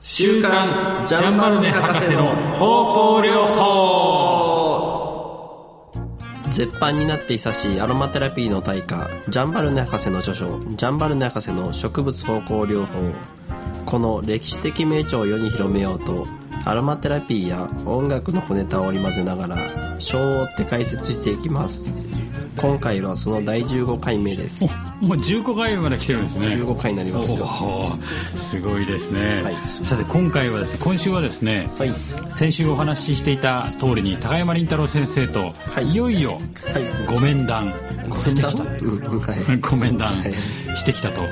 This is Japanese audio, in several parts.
週刊ジャンバルネ博士の方向療法絶版になって久しいアロマテラピーの大家ジャンバルネ博士の著書「ジャンバルネ博士の植物方向療法」この歴史的名著を世に広めようとアロマテラピーや音楽の小ネタを織り交ぜながら章を追って解説していきます今回はその第15回目ですもう15回まで来てるんですね15回になりますよそうすごいですね、はいさて今回はですね今週はですね、はい先週お話ししていた通りに高山林太郎先生と、、はいいよいよはいご面談してきたうんうんはい ご面談はいしてきたとい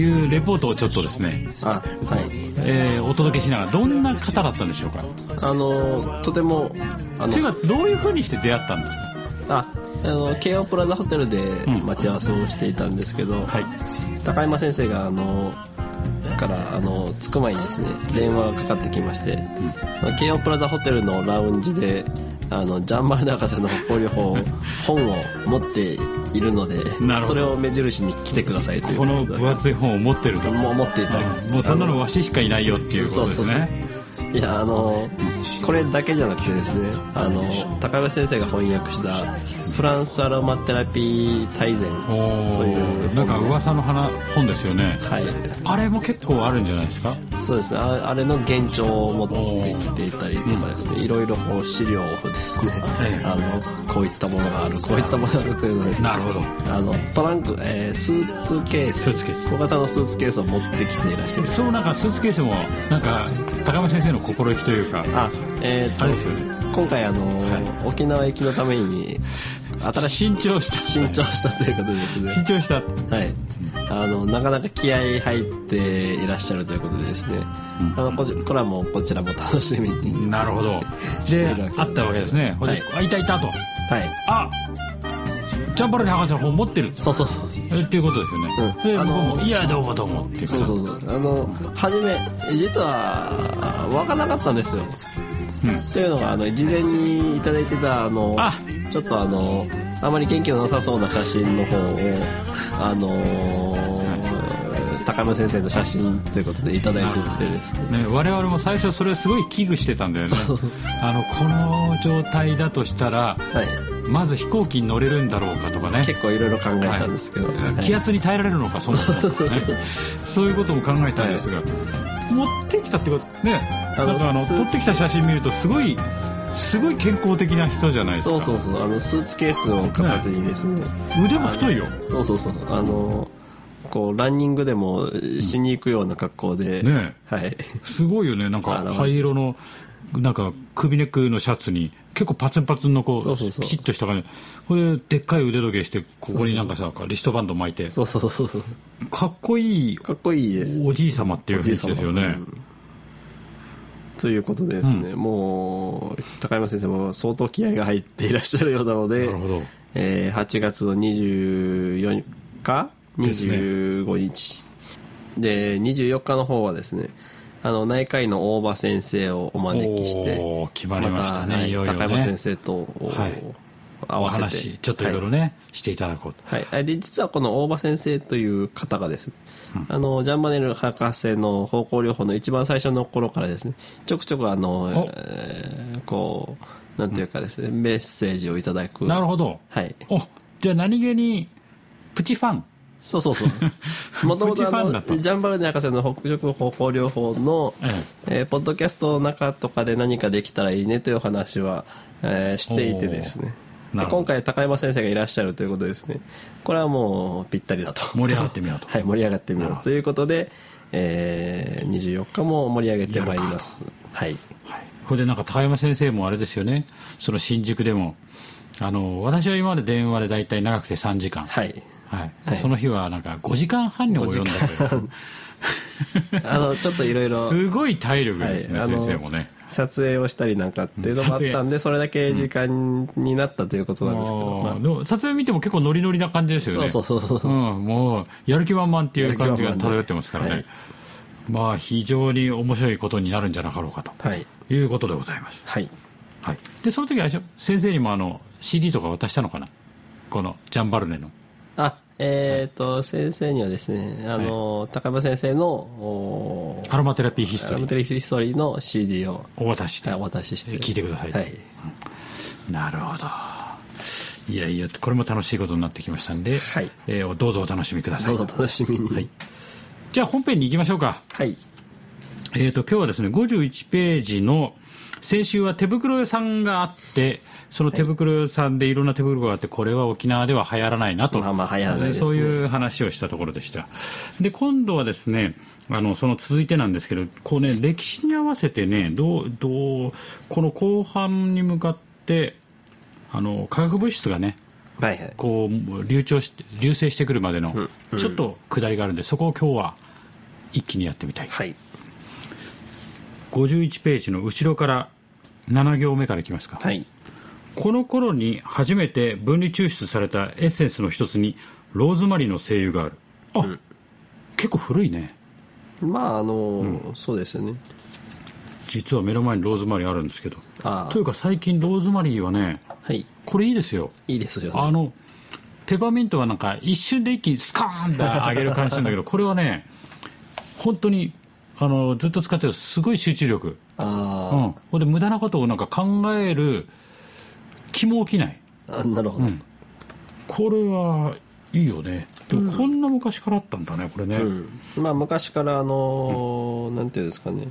いうレポートをちょっとですね、あはいえーお届けしながらどんな方だったんでしょうかあのとてもあのというかどういうふうにして出会ったんですかああの京王プラザホテルで待ち合わせをしていたんですけど、はい高山先生があのからあの着く前にですね電話がかかってきまして、京王プラザホテルのラウンジであのジャンマルナ博士の北方旅法 本を持っているのでなるほどそれを目印に来てくださいというこの分厚い本を持ってるともう持っていただきますもうそんなのわししかいないよっていうことそうですそうそうねいやあのこれだけじゃなくてですねあの高部先生が翻訳した「フランスアロマテラピー大全」おというーなんか噂の花本ですよねはいあれも結構あるんじゃないですかそうですねああれの現状を持ってきていたりとかですねいろいろこう資料をですねええあのこういったものがあるこういったものがあるというのですねなるほどあのトランク、えースーツケーススーツケース小型のスーツケースを持ってきていらしてそうなんかスーツケースもなんか高山先生の心意気というかあえーとあれですよね今回あの、は沖縄行きのために新しい新調した 新調したということでですね新調したはい、あのなかなか気合い入っていらっしゃるということでですね、あのこちこれはもうこちらも楽しみに、なるほどしてでるわけあったわけですねほいではあいたいたとはい、あジャンパルネ博士の本持ってるそうそうそうそうえっていうことですよね、うんであ僕のも「いやどうもどうも」っていうそうそうそうあの初め実はわからなかったんですようんというのがあの事前にいただいてたあのあちょっとあのあまり元気のなさそうな写真の方をあの高山先生の写真ということでいただいててですねね、我々も最初それすごい危惧してたんだよねあのこの状態だとしたらはいまず飛行機に乗れるんだろうかとかね結構いろいろ考えたんですけど、はいはい気圧に耐えられるのかそもそも、 ね、そういうことも考えたんですが、持ってきたってことねあのなんかあのスーツ撮ってきた写真見るとすごいすごい健康的な人じゃないですそかうそうそうあのスーツケースを片手にですね腕も太いよそうそうそうあのこうランニングでもしに行くような格好で、ねはいすごいよねなんあかの灰色のなんか首ネックのシャツに結構パツンパツンのこうそうそうそうピチッとした感じこれでっかい腕時計してここになんかさリストバンド巻いてそうそうそうそうかっこいいかっこいいですおじい様っていう雰囲気ですようねんということでですね、もう高山先生も相当気合が入っていらっしゃるようなのなでるほどえー8月の24日ですね25日で,、24日の方はですねあの内科医の大場先生をお招きしておー決まりましたねはいよいよね高山先生と、おはい合おわせ話てちょっといろいろね、していただこうとはい、はい、で実はこの大場先生という方がですね、あのジャンバネル博士の方向療法の一番最初の頃からですねちょくちょくあのお、えーこうなんていうかですね、メッセージをいただくなるほどはいおじゃあ何気にプチファンそうそ うそう。もともとあファンの、だったジャンバルネ博士の北極方向療法の、ええーポッドキャストの中とかで何かできたらいいねというお話は、えーしていてですおね。ーなでるほど今回高山先生がいらっしゃるということですね。これはもうぴったりだと。盛り上がってみようとはい、盛り上がってみようということで、えー、24日も盛り上げてまいります。 はい。はいこれでなんか高山先生もあれですよねその新宿でもあの私は今まで電話で大体長くて3時間はい。はい、その日はなんか5時間半に及んだというあの、ちょっといろいろ。 すごい体力ですね、はいあの先生もね撮影をしたりなんかっていうのもあったんで、それだけ時間になったということなんですけど、まああーでも撮影見ても結構ノリノリな感じですよねそうそうそうそううん、もうやる気満々っていう感じがやる気満漂々でってますからね、はいまあ非常に面白いことになるんじゃなかろうかとはい。いうことでございます、はい。はい、でその時はあれでしょ先生にもあの CD とか渡したのかなこのジャンバルネのあ、えっ、と、先生にはですね、あの、高山先生の、おーアロマテラピーヒスアトロリマーテレヒストリーの CD をお渡しして、はいお渡しして。聞いてくださいはい。なるほどいやいやこれも楽しいことになってきましたんで、はいえーどうぞお楽しみくださどいうぞお楽しみに。はい。じゃあ本編に行きましょうかはい。えー、と今日はですね51ページの先週は手袋屋さんがあってその手袋屋さんでいろんな手袋があってこれは沖縄では流行らないなと、まあまあ流行らないですねそういう話をしたところでしたで今度はですねあのその続いてなんですけどこう、ね、歴史に合わせてねどうどうこの後半に向かってあの化学物質がねはいはい。こう流暢して流星してくるまでのちょっと下りがあるんでそこを今日は一気にやってみたいはい。 51ページの後ろから7行目からいきますか、はい。この頃に初めて分離抽出されたエッセンスの一つにローズマリーの精油があるあ、結構古いねまあ、あの、そうですよね。実は目の前にローズマリーあるんですけどあというか最近ローズマリーはねあ。はい。これいいですよいいですよね。あのペパーミントはなんか一瞬で一気にスカーンって上げる感じなんだけどこれはね本当にあのずっと使ってるとすごい集中力あうん、ほんで無駄なことをなんか考える気も起きないああ、なるほど。これはいいよねでもこんな昔からあったんだねこれね、うんまあ、昔から、あの、なんていうんですかね。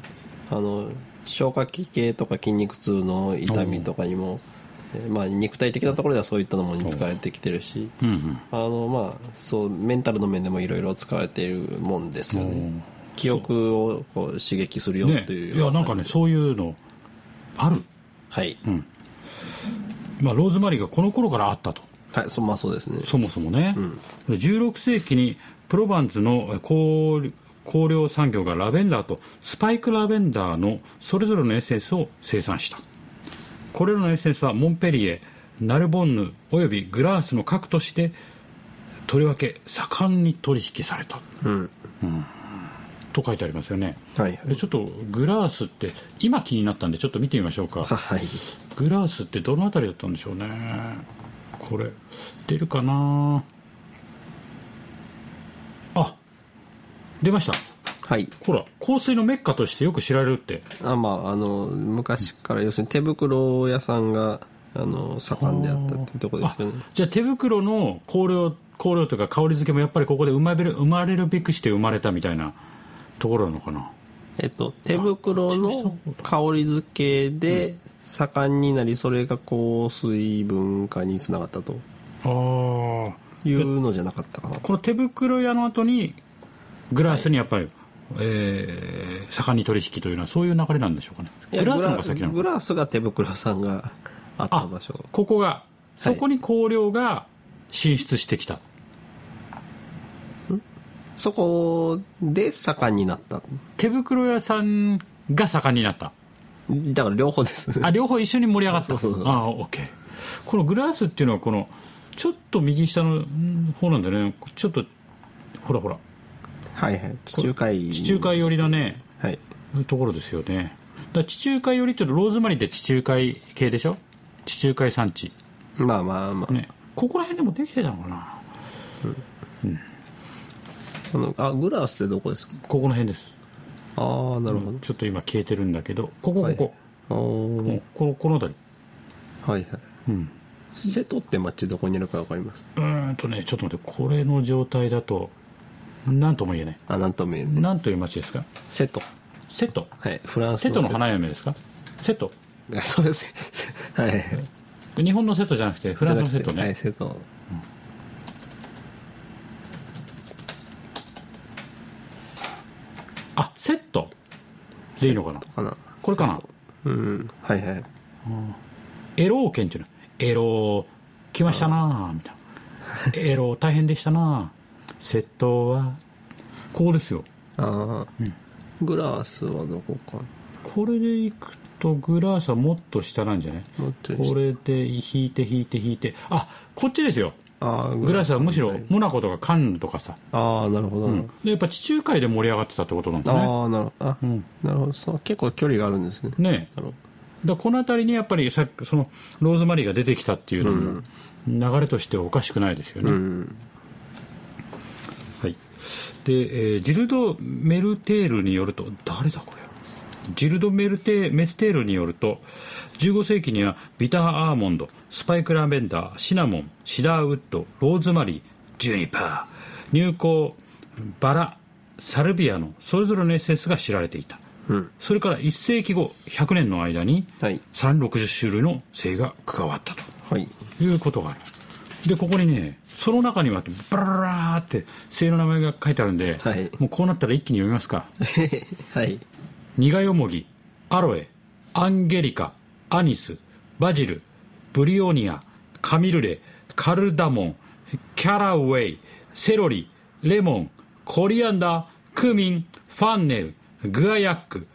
あの、消化器系とか筋肉痛の痛みとかにも、えーまあ、肉体的なところではそういったのもに使われてきてるし、うんうんあの、まあ、そう、メンタルの面でもいろいろ使われているもんですよね。記憶をこう刺激するよねという、いやなんかねそういうのある、はい、まあ、ローズマリーがこの頃からあったとはいそまあそうですねそもそもね、16世紀にプロヴァンズの香香料産業がラベンダーとスパイクラベンダーのそれぞれのエッセンスを生産したこれらのエッセンスはモンペリエナルボンヌおよびグラースの各都市でとりわけ盛んに取引されたうんと書いてありますよねはいでちょっとグラースって今気になったんでちょっと見てみましょうかはいグラースってどのあたりだったんでしょうねこれ出るかなあ出ましたはいほら香水のメッカとしてよく知られるってあまああの昔から要するに手袋屋さんがあの盛んであったっていうところですよねじゃあ手袋の香料香料とか香り付けもやっぱりここで生まれる生まれるべくして生まれたみたいなところなのかなえっと手袋の香り付けで盛んになりそれがこう水分化につながったとあーいうのじゃなかったかなこの手袋屋の後にグラースにやっぱり、えー盛んに取引というのはそういう流れなんでしょうかねいやグラースの方が先なのかなグラグラスが手袋屋さんがあった場所ここがそこに香料が進出してきた、そこで盛んになった手袋屋さんが盛んになっただから両 方ですあ両方一緒に盛り上がったそうそうそうああ OK このグラスっていうのはこのちょっと右下のん方なんだよねちょっとほらほらはいはい地中海地中海寄りだねはいところですよねだから地中海寄りっていうとローズマリーって地中海系でしょ地中海産地まあまあまあ、ねここら辺でもできてたのかなこのあグラスってどこですかここの辺ですああなるほちょっと今消えてるんだけどここここ、ど、おーもうこのこの辺りはいはいうん瀬戸って町どこにあるか分かりますうーんとねちょっと待ってこれの状態だと何とも言えないあなんとも言えない何という町ですか瀬戸瀬戸はいフランス瀬の戸の花嫁ですか瀬戸あそうです せはいはい日本の瀬戸じゃなくてフランスの瀬戸ね、はい瀬戸あセットでいいのかなかなこれかなうんはいはいエロー県っていうのエロー来ましたなあみたいなエロー大変でしたなあ瀬戸はここですよああ、グラスはどこかこれでいくとグラーサもっと下なんじゃないもっと下これで引いて引いて引いてあこっちですよああグラスはむしろモナコとかカンヌとかさ、ああなるほど、なるほどでやっぱ地中海で盛り上がってたってことなんですねああなるほどあ、なるほどそう結構距離があるんですねねえなるだほからこの辺りにやっぱりさっきそのローズマリーが出てきたっていうのも流れとしてはおかしくないですよね、どうんで、えージルド・メルテールによると誰だこれジルド・メルテメステールによると15世紀にはビターアーモンドスパイクラベンダーシナモンシダーウッドローズマリージュニパー乳香バラサルビアのそれぞれのエッセンスが知られていたうん。それから1世紀後100年の間にはい。 360種類の精が加わったとはい。いうことがあるでここにねその中にはバララーって精の名前が書いてあるんで、はいもうこうなったら一気に読みますか はい。苦よもぎアロエアンゲリカアニスバジルブリオニアカミルレカルダモンキャラウェイセロリレモンコリアンダークミンファンネルグアヤック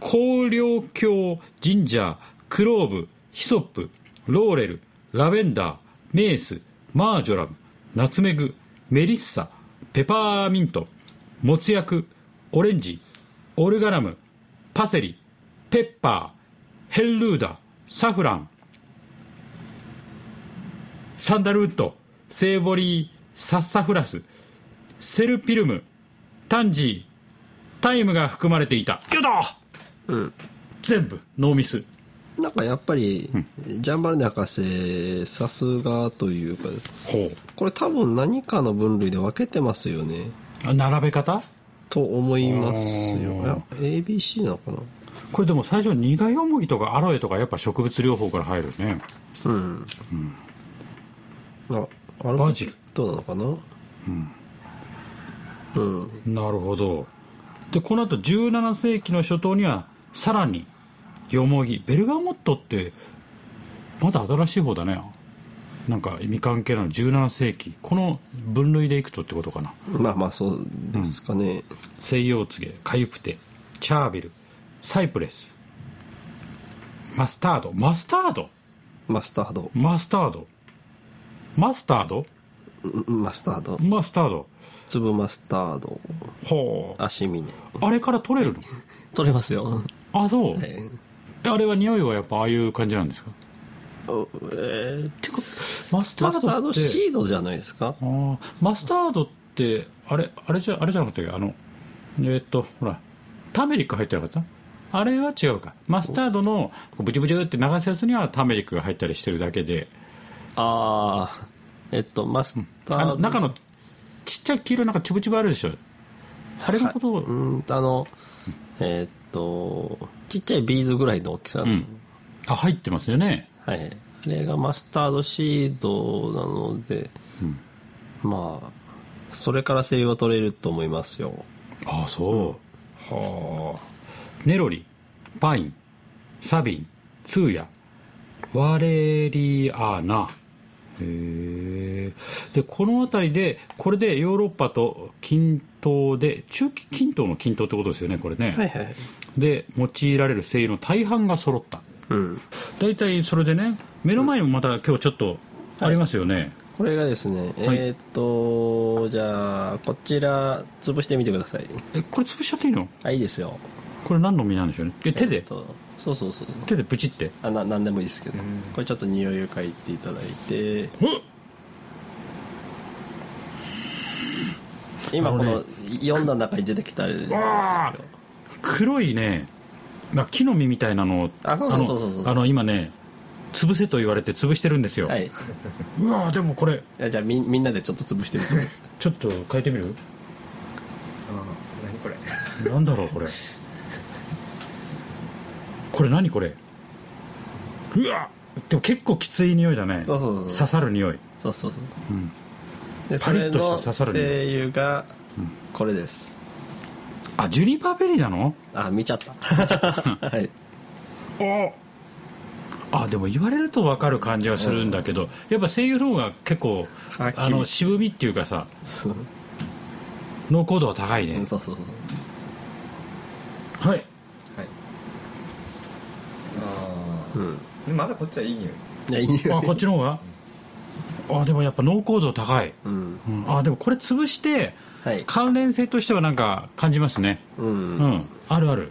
香料鏡ジンジャークローブヒソップローレルラベンダーメースマージョラムナツメグメリッサペパーミントもつ薬オレンジオルガナムパセリペッパーヘルルーダサフランサンダルウッドセーボリーサッサフラスセルピルムタンジータイムが含まれていたけどうん。全部ノーミスなんかやっぱり、ジャンバルネ博士、さすがというか、ほうこれ多分何かの分類で分けてますよね。あ並べ方と思いますおよ。ーいや ABC なのかなこれでも最初に苦いよもぎとかアロエとかやっぱ植物療法から入るねうん。あ、アルバジルどうなのかなうん。うん。なるほどでこの後17世紀の初頭にはさらによもぎベルガモットってまだ新しい方だねなんか未関係なの17世紀この分類でいくとってことかなまあまあそうですかね。西洋柘カユプテチャービルサイプレスマスタードマスタードマスタード。マスタードマスタードうんマスタード。マスタード粒マスタード。ほう足ミネ。あれから取れるの取れますよ。あそう、えーえあれは匂いはやっぱああいう感じなんですかおえーてかマスタマスターードドってシードじゃないですかあーマスタードってあれあれじゃあれじゃなかったっけあのえーっとほらターメリック入ってなかったあれは違うかマスタードのこうブチブチって流すやつにはターメリックが入ったりしてるだけでああえっとマスタあーのド中のちっちゃい黄色いなんかチュブチュブあるでしょあれのことを、うんあのえっとちっちゃいビーズぐらいの大きさの、あ入ってますよねはいあれがマスタードシードなので、まあそれから精油は取れると思いますよああそう、はあネロリパインサビンツーヤワレリアナへえでこの辺りでこれでヨーロッパと近東で中期近東の近東ってことですよねこれね、はいはいで用いられる精油の大半が揃ったうん大体それでね目の前にもまた今日ちょっとありますよね、これがですね、はいえっとじゃあこちら潰してみてくださいえこれ潰しちゃっていいのあいいですよこれ何の実なんでしょうねえ手で、えっとそうそうそうそう手でプチってあな何でもいいですけど、これちょっと匂いを嗅いでいただいて今あこのねの読んだ中に出てきたやつですよわ黒いねまあ木の実みたいなのをあそうそうそうそうそうあのあの今ね潰せと言われて潰してるんですよ、はいいうわーでもこれやじゃあみみんなでちょっと潰してみ てちょっと変えてみる何これなんだろうこれこれ何これうわでも結構きつい匂いだねそうそうそう刺さる匂いそうそうそう、んでパそリれッとしたの刺さるね声優がこれですあジュニパーベリーなのあ見ちゃったはいおあでも言われると分かる感じはするんだけど、やっぱ声優の方が結構はっきりあの渋みっていうかさそう濃厚度は高いね、そうそうそうはいはいあうあ、んでまだこっちはいい匂いいやいい匂 あいこっちの方があでもやっぱ濃厚度高い、うんうん、あでもこれ潰してはい関連性としてはなんか感じますねうん、うんあるある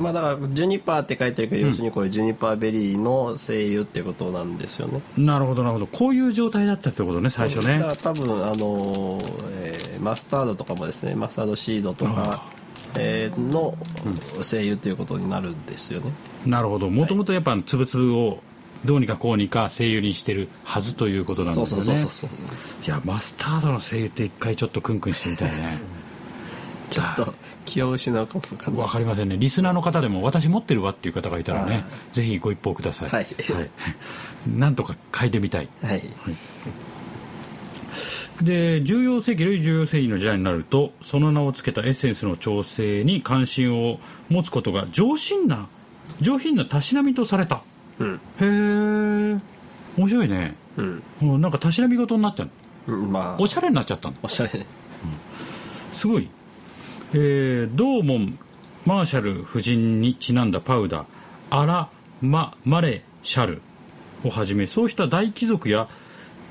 まあだからジュニパーって書いてるけど、要するにこれジュニパーベリーの精油ってことなんですよねなるほどなるほどこういう状態だったってことね最初だねから多分あのー、えーマスタードとかもですねマスタードシードとか、えーの精油ということになるんですよね、なるほどもともとやっぱつぶつぶをどうにかこうにか精油にしてるはずということなんそうですそようそうねそういやマスタードの精油って一回ちょっとクンクンしてみたいねちょっと気を失うかもかわかりませんねリスナーの方でも私持ってるわっていう方がいたらねぜひご一報ください、 はいなんとか嗅いでみたいはいで重要世紀類重要世紀の時代になるとその名を付けたエッセンスの調整に関心を持つことが上品な上品なたしなみとされたうんへえ面白いねうんうんなんかたしなみ事になっちゃううんまあおしゃれになっちゃったのおしゃれねすごい、えー、ドーモンマーシャル夫人にちなんだパウダーアラ・マ・マレ・シャルをはじめそうした大貴族や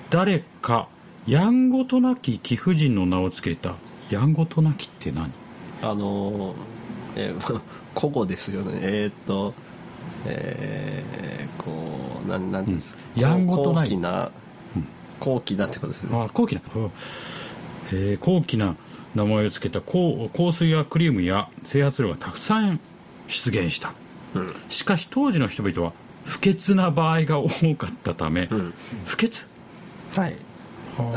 誰かやんごとなき貴婦人の名を付けたやんごとなきって何あのーえー 古語ですよねえーっとえー、こうなんなんていうんですか、うんやんごとない高貴な高貴なってことですねあ高貴な、うんえー高貴な名前を付けた香香水やクリームや整髪料がたくさん出現したうんしかし当時の人々は不潔な場合が多かったため、うん不潔はい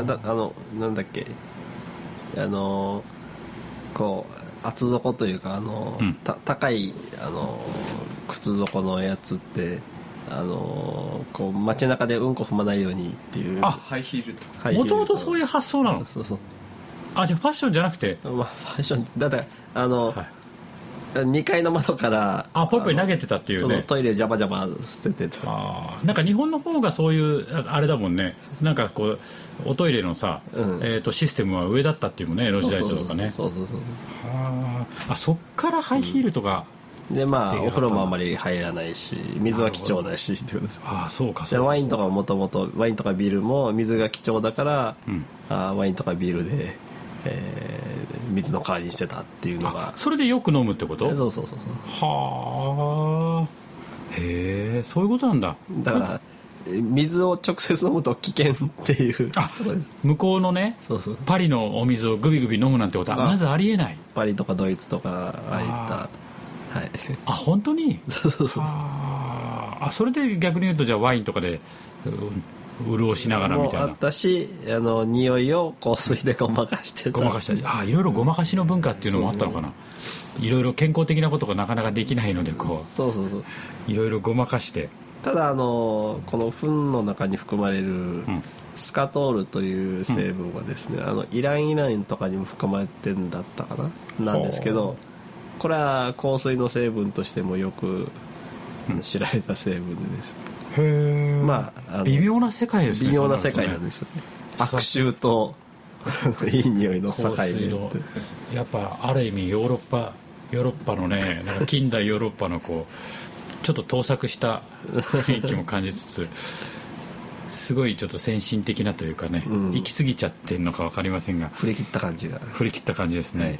だあのなんだっけあのこう厚底というかあの、うんた高いあの靴底のやつってあのこう街中でうんこ踏まないようにっていうあハイヒールとかはいもともとそういう発想なのそうそうあじゃあファッションじゃなくて、そうまあファッションだってあの、はい、 2階の窓からあポイポイ投げててたっていそううそうねトイレジャバジャバ捨ててたあーなんか日本の方がそういうああれだもんねなんかこうおトイレのさ、うんえー、とシステムは上だったっていうもんね江戸時代とかねそうそうそうそうあーあそっからハイヒールとか、でまあっていうお風呂もあんまり入らないし水は貴重だしっていうことですああそうかそでうかワインとかももともとワインとかビールも水が貴重だから、んあーワインとかビールで、えー水の代わりにしてたっていうのがそれでよく飲むってこそうとそうそうそうはあへえそういうことなんだだからえー水を直接飲むと危険っていうあところです向こうのねそうそうパリのお水をグビグビ飲むなんてことはあまずありえないパリとかドイツとかああいったはいあ本当にそうそうそうあーあそれで逆に言うとじゃあワインとかでう潤しながらみもたいあなったしあの匂いを香水でごまかしてたごまかしたりああいろいろごまかしの文化っていうのもあったのかないろいろ健康的なことがなかなかできないのでこそうそうそうういろいろごまかしてただあのこの糞の中に含まれるんスカトールという成分がですね、あのイランイランとかにも含まれてんだったかななんですけどこれは香水の成分としてもよく知られた成分です、へえまああの微妙な世界ですね微妙な世界なんですすよね悪臭と いい匂いの境香目水のやっぱある意味ヨーロッパヨーロッパ のねなんか近代ヨーロッパのこうちょっと盗作した雰囲気も感じつつすごいちょっと先進的なというかね、うん行き過ぎちゃってるのか分かりませんが振り切った感じが振り切った感じですね、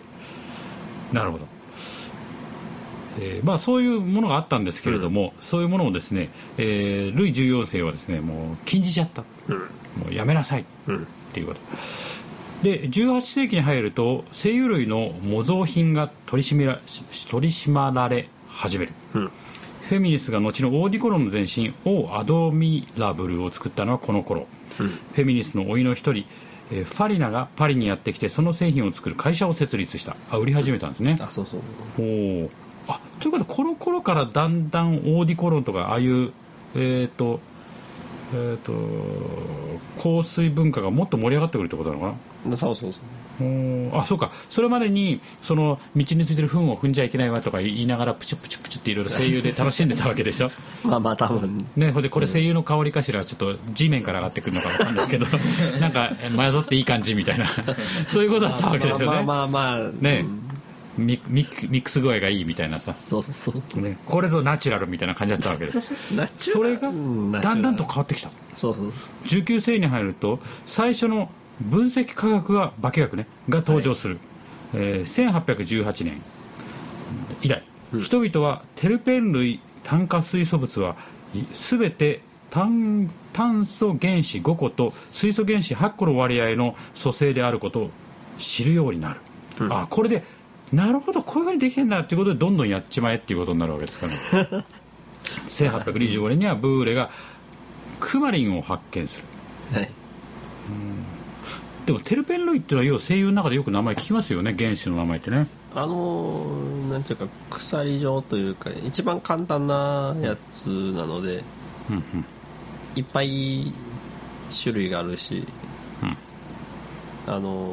なるほど、えーまあ、そういうものがあったんですけれども、そういうものをですね、えー、ルイ14世はですねもう禁じちゃったうんもうやめなさいうんっていうことで18世紀に入ると精油類の模造品が取り締めらし取り締まられ始めるうんフェミニスが後のオーディコロンの前身オー・アドミラブルを作ったのはこの頃うんフェミニスの甥の一人えーファリナがパリにやってきてその製品を作る会社を設立したあ売り始めたんですねあそうそうおーあということはこの頃からだんだんオーディコロンとかああいうえっ、とえっ、と香水文化がもっと盛り上がってくるってことなのかなそうそうそおうーあそうかそれまでにその道についてる糞を踏んじゃいけないわとか言いながらプチュプチュプチュっていろいろ声優で楽しんでたわけでしょ まあまあ多分ねほんでこれ声優の香りかしらちょっと地面から上がってくるのか分かんないけど なんか混ざっていい感じみたいな そういうことだったわけですよまあね,、まあまあまあねうんミミックミックス具合がいいみたいなさ、そうそうそうね、これぞナチュラルみたいな感じだったわけですナチそュラれルがうんナチュラだルんだんと変わってきたそうそう19世紀に入ると最初の分析科学が化学ねが登場する、えー1818年以来、う人々はテルペン類炭化水素物は全て炭炭素原子5個と水素原子8個の割合の組成であることを知るようになる、うんあこれでなるほどこういうふうにできてんだっていうことでどんどんやっちまえっていうことになるわけですから、ね、1825年にはブーレがクマリンを発見するはいでもテルペン類っていうのは要は声優の中でよく名前聞きますよね原子の名前ってねあのーなんていうか鎖状というか一番簡単なやつなのでうんうんいっぱい種類があるし、うんあの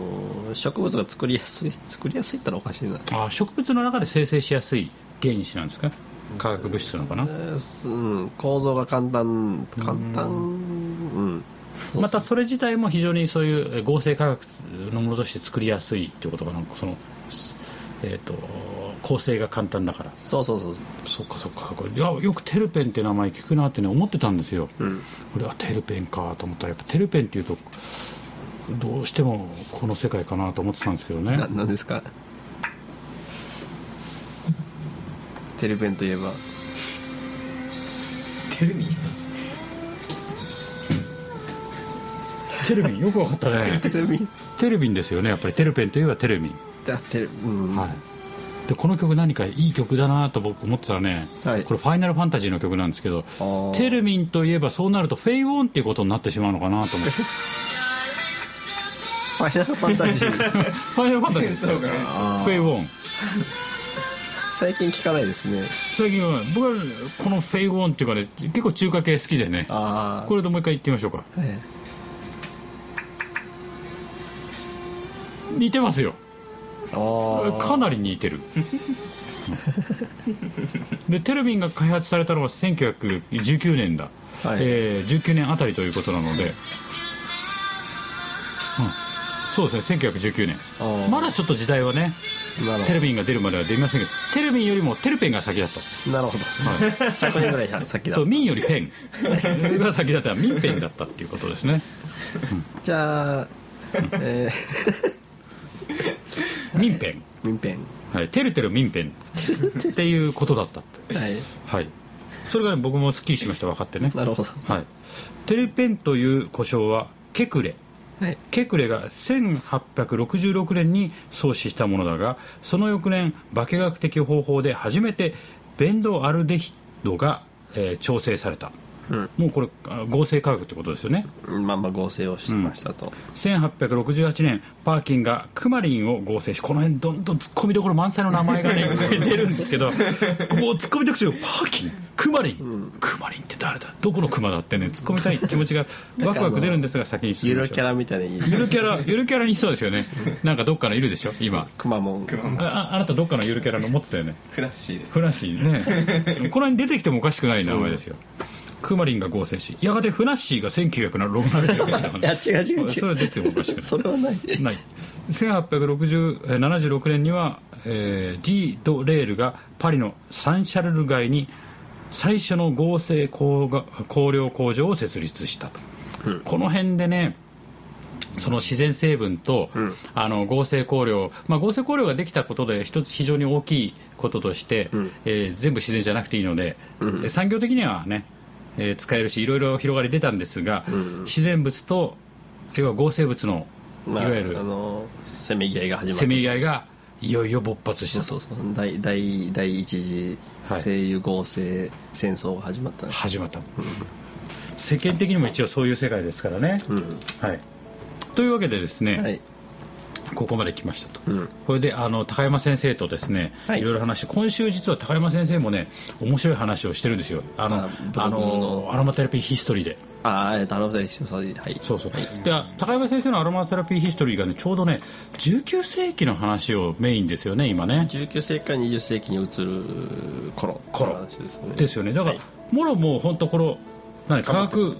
ー植物が作りやすい 作りやすいったらおかしいなあ植物の中で生成しやすい原子なんですか化学物質なのかな、えーすうん、構造が簡単簡単うんそうそうまたそれ自体も非常にそういうえー合成化学のものとして作りやすいっていうことがなんかその、すえー、と構成が簡単だからそうそうそうそそっかそっかそっかいやよくテルペンって名前聞くなってね思ってたんですよう、うん、俺はテルペンかと思ったらやっぱテルペンっていうとどうしてもこの世界かなと思ってたんですけどねななんですか テルペンといえばテルミ テルビンよくわかったねテルミンテルビンですよねやっぱりテルペンといえばテルビンだテルうんはい、でこの曲何かいい曲だなと僕思ってたらね、はいこれ「ファイナルファンタジー」の曲なんですけどあーテルミンといえばそうなるとフェイウォンっていうことになってしまうのかな と思ってファイナルファンタジーファイナルファンタジーですよフあーェイウォン最近聞かないですね最近は僕はこのフェイウォンっていうかね結構中華系好きでねあこれでもう一回言ってみましょうかあ、はい似てますよあーかなり似てるでテルミンが開発されたのは1919年だ、はいえー19年あたりということなので、うん、そうですね1919年あーまだちょっと時代はねなるほテルミンが出るまでは出ませんけどテルミンよりもテルペンが先だったどなるほど100年ぐらい先だそうミンよりペ ンが先だったミンペンだったっていうことですねじゃあ、えー、ミンペン、民編はい、テルテルミンペンっていうことだったってはいはいそれがね僕もすっきりしました分かってねなるほどはい、テルペンという呼称はケクレはいケクレが1866年に創始したものだがその翌年化学的方法で初めてベンドアルデヒドが、えー調整されたうんもうこれあ合成化学ってことですよねまあまあ合成をしてましたと、 1868年パーキンがクマリンを合成しこの辺どんどんツッコミどころ満載の名前が ね出るんですけどもうツッコミどころパーキンクマリン、クマリンって誰だどこのクマだってねツッコみたい気持ちがワクワク出るんですが先に進みゆまるしキャょうラみたいにゆるキャラゆるキャラにそうですよねなんかどっかのいるでしょ今くまモンあああなたどっかのゆるキャラの持ってたよねフラッシーですフラッシーねこの辺に出てきてもおかしくない名前ですよ、クマリンが合成しやがてフラッシーが1906年になった いや違う違う違うそれは出てもおかしくないそれはないない1876年には、えー、ジー・ド・レールがパリのサンシャルル街に最初の合成工が香料工場を設立したと、うんこの辺でねその自然成分と、んあの合成香料、まあ、合成香料ができたことで一つ非常に大きいこととして、んえー全部自然じゃなくていいので、うん産業的にはね、えー使えるしいろいろ広がり出たんですが、ん自然物と要は合成物のいまあわゆあるのせめぎ合いが始ませめぎ合い合いがいよいよ勃発しそうたとそうそう第第第一次はい声優合成戦争が始まった、始まった世間的にも一応そういう世界ですからね、うんはい、というわけでですね、はいここまで来ましたと、うんこれであの高山先生とですね、はいい、ろいろ話して今週実は高山先生もね面白い話をしてるんですよあのああブロのグのアロマテラピーヒストリーでああえっとアロマテラピーヒストリーはいそうそう、で高山先生のアロマテラピーヒストリーがねちょうどね19世紀の話をメインですよね今ね19世紀から20世紀に移る頃頃の話ですねですよねだから、はいもろもう本当この何科学うん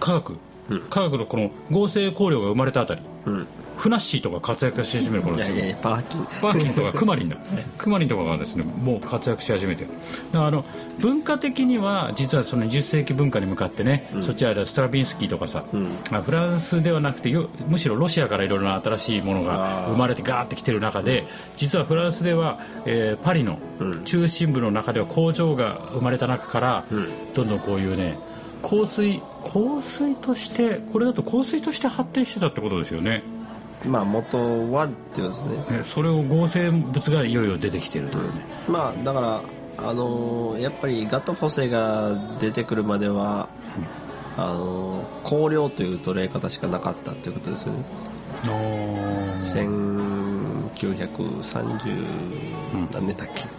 科学うん科学のこの合成香料が生まれたあたりうんフナッシーとか活躍し始める頃いでやすいよやいやパーキンパーキンとかクマリンだ、クマリンとかがですねもう活躍し始めてるだからあの文化的には実はその20世紀文化に向かってね、そっちはストラビンスキーとかさ、うんまあフランスではなくてよむしろロシアからいろいろな新しいものがあー生まれてガーってきてる中で実はフランスでは、えーパリのうん中心部の中では工場が生まれた中から、うんどんどんこういうね香水香水としてこれだと香水として発展してたってことですよねまあ元はっていうことですねねそれを合成物がいよいよ出てきてるというね、まあだからあのーやっぱりガトフォセが出てくるまでは、あのー香料という捉え方しかなかったっていうことですよねあー1930何年だっけ、うん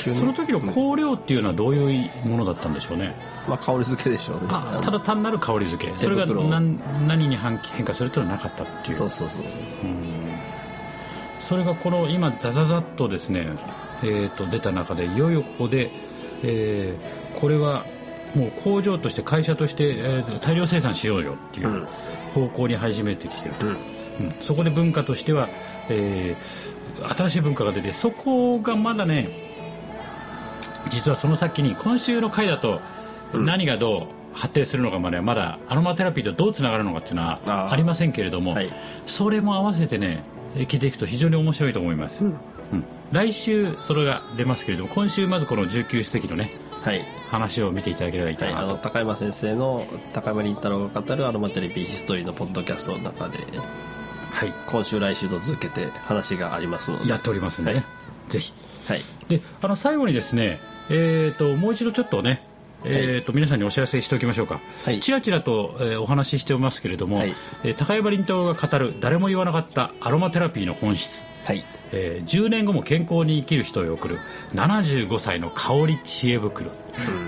その時の香料っていうのはどういうものだったんでしょうねまあ香り付けでしょうねあただ単なる香り付けそれが手袋何何に反変化するというのはなかったっていうそうそうそうそうそれがこの今ザザザッとですね、えー、と出た中でいよいよここで、えーこれはもう工場として会社として、えー大量生産しようよっていうん方向に始めてきてると、うんうんそこで文化としては、えー新しい文化が出てそこがまだね実はその先に今週の回だと何がどう発展するのかまではまだアロマテラピーとどうつながるのかっていうのはあーありませんけれども、はいそれも合わせてねえ聞いていくと非常に面白いと思います、うんうん来週それが出ますけれども今週まずこの19世紀のねはい、話を見ていただければいいかはい、あなと、の高山先生の高山林太郎が語るアロマテレビヒストリーのポッドキャストの中ではい今週来週と続けて話がありますのでやっておりますんでね、はいぜひはいであの最後にですね、えー、ともう一度ちょっとね、えー、と皆さんにお知らせしておきましょうか、はいちらちらと、えーお話ししておりますけれども、はいえー高山林太郎が語る誰も言わなかったアロマテラピーの本質、はいえー10年後も健康に生きる人へ送る75歳の香り知恵袋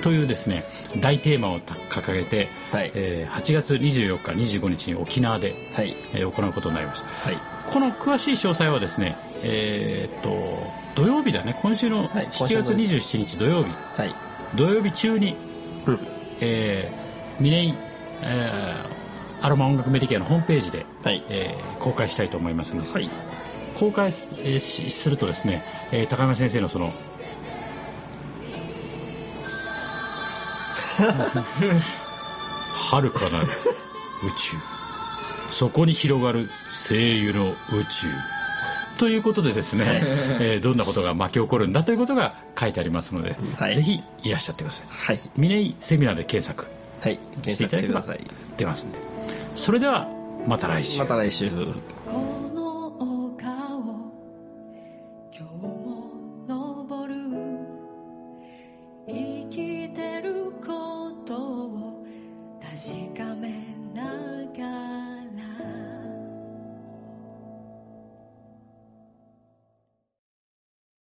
というですね大テーマを掲げて、はいえー8月24日25日に沖縄で、はいえー行うことになりましたはいこの詳しい詳細はですね、えーっと土曜日だね今週のはい7月27日土曜日はい土曜日中に、うんえー、ミネイン、えーアロマ音楽メディケアのホームページで、はいえー公開したいと思いますので、はい公開す,、えーしするとですね、えー高山先生のその遥かなる宇宙そこに広がる声優の宇宙ということでですね、えーどんなことが巻き起こるんだということが書いてありますので、はいぜひいらっしゃってくださいはいミネイセミナーで検索はい検索してください出ますんでそれではまた来週また来週香